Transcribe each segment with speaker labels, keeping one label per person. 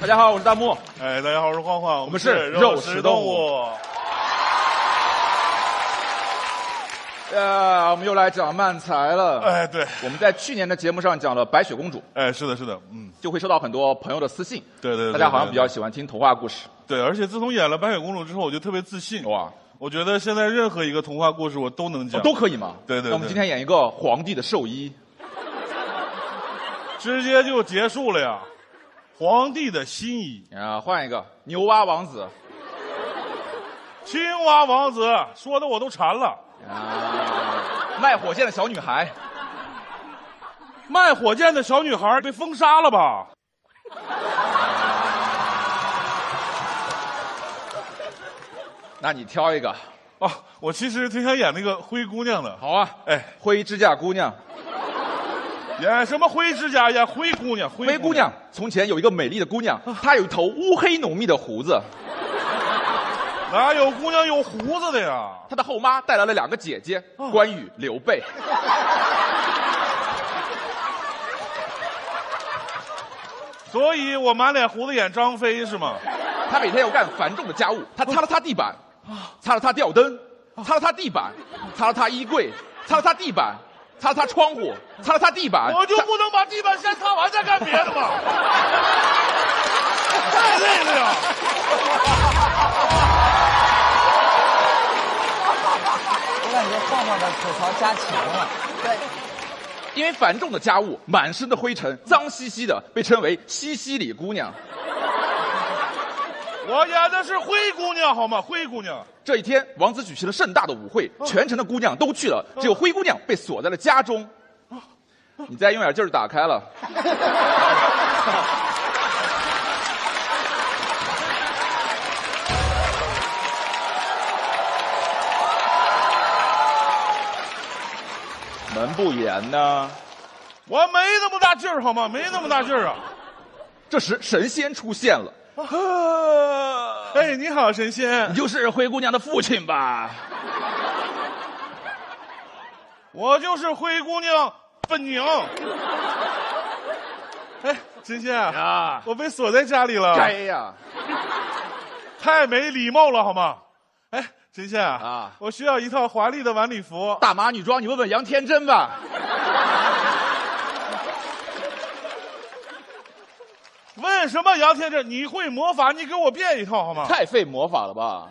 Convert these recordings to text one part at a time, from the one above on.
Speaker 1: 大家好，我是大木。
Speaker 2: 哎，大家好，我是欢欢，我
Speaker 1: 们
Speaker 2: 们
Speaker 1: 是肉
Speaker 2: 肉
Speaker 1: 食
Speaker 2: 食
Speaker 1: 动
Speaker 2: 动
Speaker 1: 物。呃，我们又来讲漫才了。
Speaker 2: 哎，对，
Speaker 1: 我们在去年的节目上讲了白雪公主，
Speaker 2: 哎，是的，是的，嗯，
Speaker 1: 就会收到很多朋友的私信。
Speaker 2: 对对对
Speaker 1: 大家好像
Speaker 2: 对
Speaker 1: 比较喜欢听童话故事。
Speaker 2: 对，而且自从演了白雪公主之后，我就特别自信。
Speaker 1: 哇，哦
Speaker 2: 我觉得现在任何一个童话故事我都能讲，
Speaker 1: 都可以吗？
Speaker 2: 对对对
Speaker 1: 那我们今天演一个皇帝的寿衣。
Speaker 2: 直接就结束了呀。皇帝的新衣，
Speaker 1: 啊，换一个牛蛙王子。
Speaker 2: 青蛙王子说的我都馋了。
Speaker 1: 啊，卖火箭的小女孩。
Speaker 2: 卖火箭的小女孩被封杀了吧？
Speaker 1: 那你挑一个。
Speaker 2: 啊，我其实挺想演那个灰姑娘的，
Speaker 1: 好啊，
Speaker 2: 哎，
Speaker 1: 灰指甲姑娘。
Speaker 2: 演什么灰指甲，演灰姑娘，灰
Speaker 1: 灰姑娘，从前有一个美丽的姑娘，她有一头乌黑浓密的胡子。
Speaker 2: 哪有姑娘有胡子的呀？
Speaker 1: 她的后妈带来了两个姐姐，
Speaker 2: 哦
Speaker 1: 关羽、刘备。
Speaker 2: 所以我满脸胡子演张飞是吗？
Speaker 1: 她每天要干繁重的家务，她擦了擦地板，擦了擦吊灯，擦了擦地板，擦了擦衣柜，擦了擦地板，擦了擦窗户，擦了擦地板。
Speaker 2: 我就
Speaker 1: 擦
Speaker 2: 不能把地板先擦完再干别的吗？太累了呀！
Speaker 3: 我感觉晃晃的吐槽加强了。
Speaker 1: 因为繁重的家务，满身的灰尘，脏兮兮的，被称为西西里姑娘。
Speaker 2: 我演的是灰姑娘好吗？灰姑娘，
Speaker 1: 这一天，王子举行了盛大的舞会，全城的姑娘都去了，只有灰姑娘被锁在了家中。你再用点劲儿打开了。门不严呢。
Speaker 2: 我没那么大劲儿好吗？没那么大劲儿啊！
Speaker 1: 这时，神仙出现了，
Speaker 2: 哎，你好，神仙
Speaker 1: 你，就是灰姑娘的父亲吧？
Speaker 2: 我就是灰姑娘本宁。哎，神仙啊，
Speaker 1: 啊，
Speaker 2: 我被锁在家里了，
Speaker 1: 该呀！
Speaker 2: 太没礼貌了好吗？哎，神仙啊，
Speaker 1: 啊
Speaker 2: 我需要一套华丽的晚礼服。
Speaker 1: 大码女装，你问问杨天真吧。
Speaker 2: 问什么杨天真？你会魔法，你给我变一套好吗？
Speaker 1: 太费魔法了吧？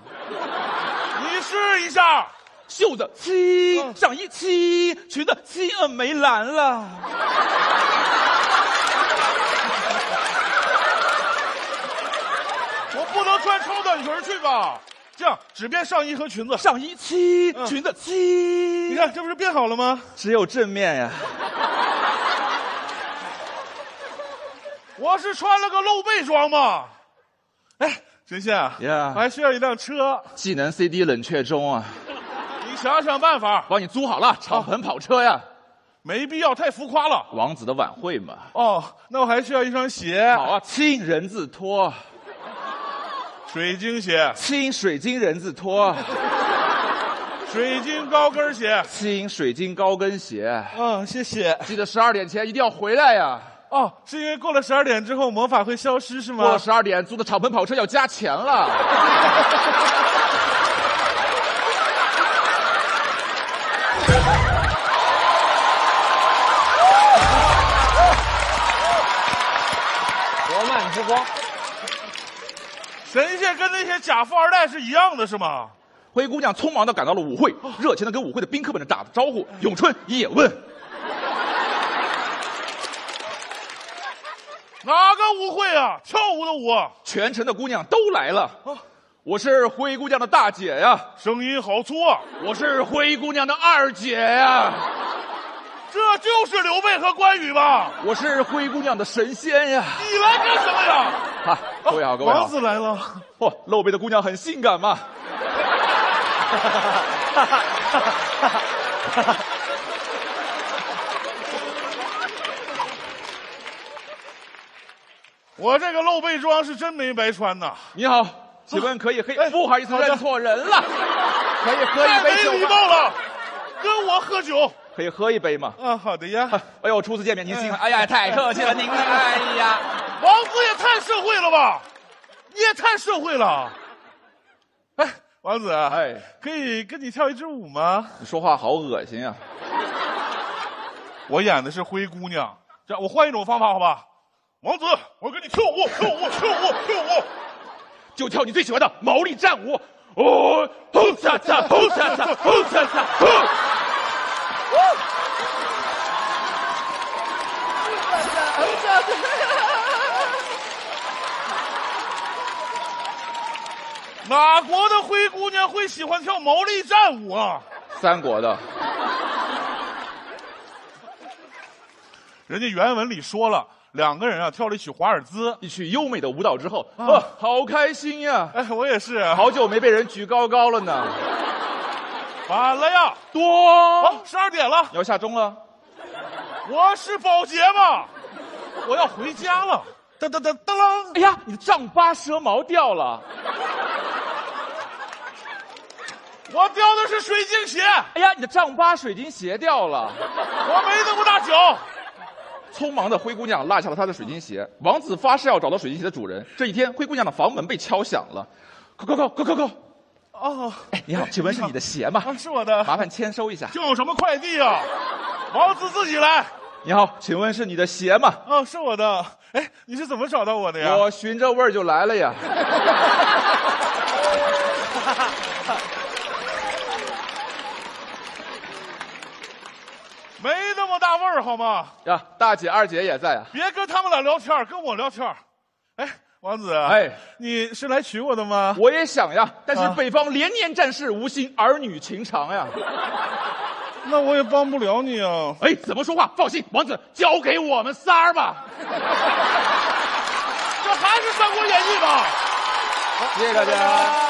Speaker 2: 你试一下。
Speaker 1: 袖子七，
Speaker 2: 嗯
Speaker 1: 上衣七，裙子七，呃，没蓝了。
Speaker 2: 我不能穿超短裙去吧？这样只变上衣和 裙子。
Speaker 1: 上衣七，
Speaker 2: 嗯
Speaker 1: 裙子七。
Speaker 2: 你，看，这不是变好了吗？
Speaker 1: 只有正面呀。
Speaker 2: 我是穿了个露背装吗？哎，神仙啊
Speaker 1: Yeah
Speaker 2: 我还需要一辆车，
Speaker 1: 技能 CD 冷却中啊，
Speaker 2: 你想想办法，
Speaker 1: 帮你租好了敞篷跑车呀。
Speaker 2: 没必要太浮夸了。
Speaker 1: 王子的晚会嘛。
Speaker 2: 哦，那我还需要一双鞋，
Speaker 1: 好啊，亲人字拖，
Speaker 2: 水晶鞋、
Speaker 1: 亲水晶人字拖，
Speaker 2: 水晶高跟鞋。
Speaker 1: 亲水晶高跟鞋。
Speaker 2: 嗯，谢谢。
Speaker 1: 记得十二点前一定要回来呀。
Speaker 2: 哦，是因为过了十二点之后魔法会消失是吗？
Speaker 1: 过了十二点，租的敞篷跑车要加钱了。
Speaker 3: 国漫之光，
Speaker 2: 神仙跟那些假富二代是一样的，是吗？
Speaker 1: 灰姑娘匆忙地赶到了舞会，热情地跟舞会的宾客们打招呼。咏春叶问，
Speaker 2: 哪个舞会啊？跳舞的舞，
Speaker 1: 全城的姑娘都来了。
Speaker 2: 啊
Speaker 1: 我是灰姑娘的大姐呀，
Speaker 2: 声音好粗啊！
Speaker 1: 我是灰姑娘的二姐呀，
Speaker 2: 这就是刘备和关羽吧？
Speaker 1: 我是灰姑娘的神仙呀。
Speaker 2: 你来干什么呀？
Speaker 1: 啊，各位好，各位
Speaker 2: 王
Speaker 1: 好。
Speaker 2: 子来了，
Speaker 1: 嚯、露背的姑娘很性感 嘛。
Speaker 2: 我这个露背装是真没白穿呐，
Speaker 1: 你好，请问可以黑？
Speaker 2: 哎
Speaker 1: 不好意思，
Speaker 2: 好的
Speaker 1: 认错人了。可以喝
Speaker 2: 太
Speaker 1: 一杯
Speaker 2: 没礼
Speaker 1: 酒吗？
Speaker 2: 貌了，跟我喝酒
Speaker 1: 可以喝一杯吗？
Speaker 2: 啊？好的呀，嗯
Speaker 1: 啊哎呦，初次见面您心寒，哎呀，太客气了您，哎呀。
Speaker 2: 王子也太社社会了吧？你也太社会了。哎，王子，哎，
Speaker 1: 哎，
Speaker 2: 可以跟你跳一支舞吗？
Speaker 1: 你说话好恶心啊呀、
Speaker 2: 我演的是灰姑娘，这样我换一种方法好吧？王子，我跟你跳舞，跳舞，跳舞，跳舞。
Speaker 1: 就跳你最喜欢的毛利战舞。哦，吼嚓嚓，吼嚓嚓，吼嚓嚓，吼！
Speaker 2: 哪国的灰姑娘会喜欢跳毛利战舞啊？
Speaker 1: 三国的，
Speaker 2: 人家原文里说了，两个人啊跳了一曲华尔兹。
Speaker 1: 一曲优美的舞蹈之后，
Speaker 2: 啊
Speaker 1: 啊，好开心呀！
Speaker 2: 哎，我也是。
Speaker 1: 好久没被人举高高了呢。
Speaker 2: 晚了呀，
Speaker 1: 多，
Speaker 2: 好，十二点了
Speaker 1: 你，要下钟了？
Speaker 2: 我是保洁嘛，我要回家了。噔噔噔噔啷，
Speaker 1: 哎呀，你的丈八蛇矛掉了。
Speaker 2: 我掉的是水晶鞋，
Speaker 1: 哎呀，你的丈八水晶鞋掉了。
Speaker 2: 我没那么大脚。
Speaker 1: 匆忙的灰姑娘落下了她的水晶鞋。王子发誓要找到水晶鞋的主人。这一天，灰姑娘的房门被敲响了，扣扣扣扣扣扣。
Speaker 2: 哦，
Speaker 1: 哎，你好，请问是你的鞋吗？
Speaker 2: 啊，是我的。
Speaker 1: 麻烦签收一下。
Speaker 2: 这有什么快递啊？王子自己来。
Speaker 1: 你好，请问是你的鞋吗？
Speaker 2: 哦，是我的。哎，你是怎么找到我的呀？
Speaker 1: 我寻着味儿就来了呀。
Speaker 2: 没那么大味儿好吗？
Speaker 1: 呀，大姐、二姐也在啊。
Speaker 2: 别跟他们俩聊天儿，跟我聊天儿。哎，王子，
Speaker 1: 哎，
Speaker 2: 你是来娶我的吗？
Speaker 1: 我也想呀，但是
Speaker 2: 啊
Speaker 1: 北方连年战事，无心儿女情长呀。
Speaker 2: 那我也帮不了你啊。
Speaker 1: 哎，怎么说话？放心，王子交给我们仨儿吧。
Speaker 2: 这还是《三国演义》吧？
Speaker 1: 谢谢大家。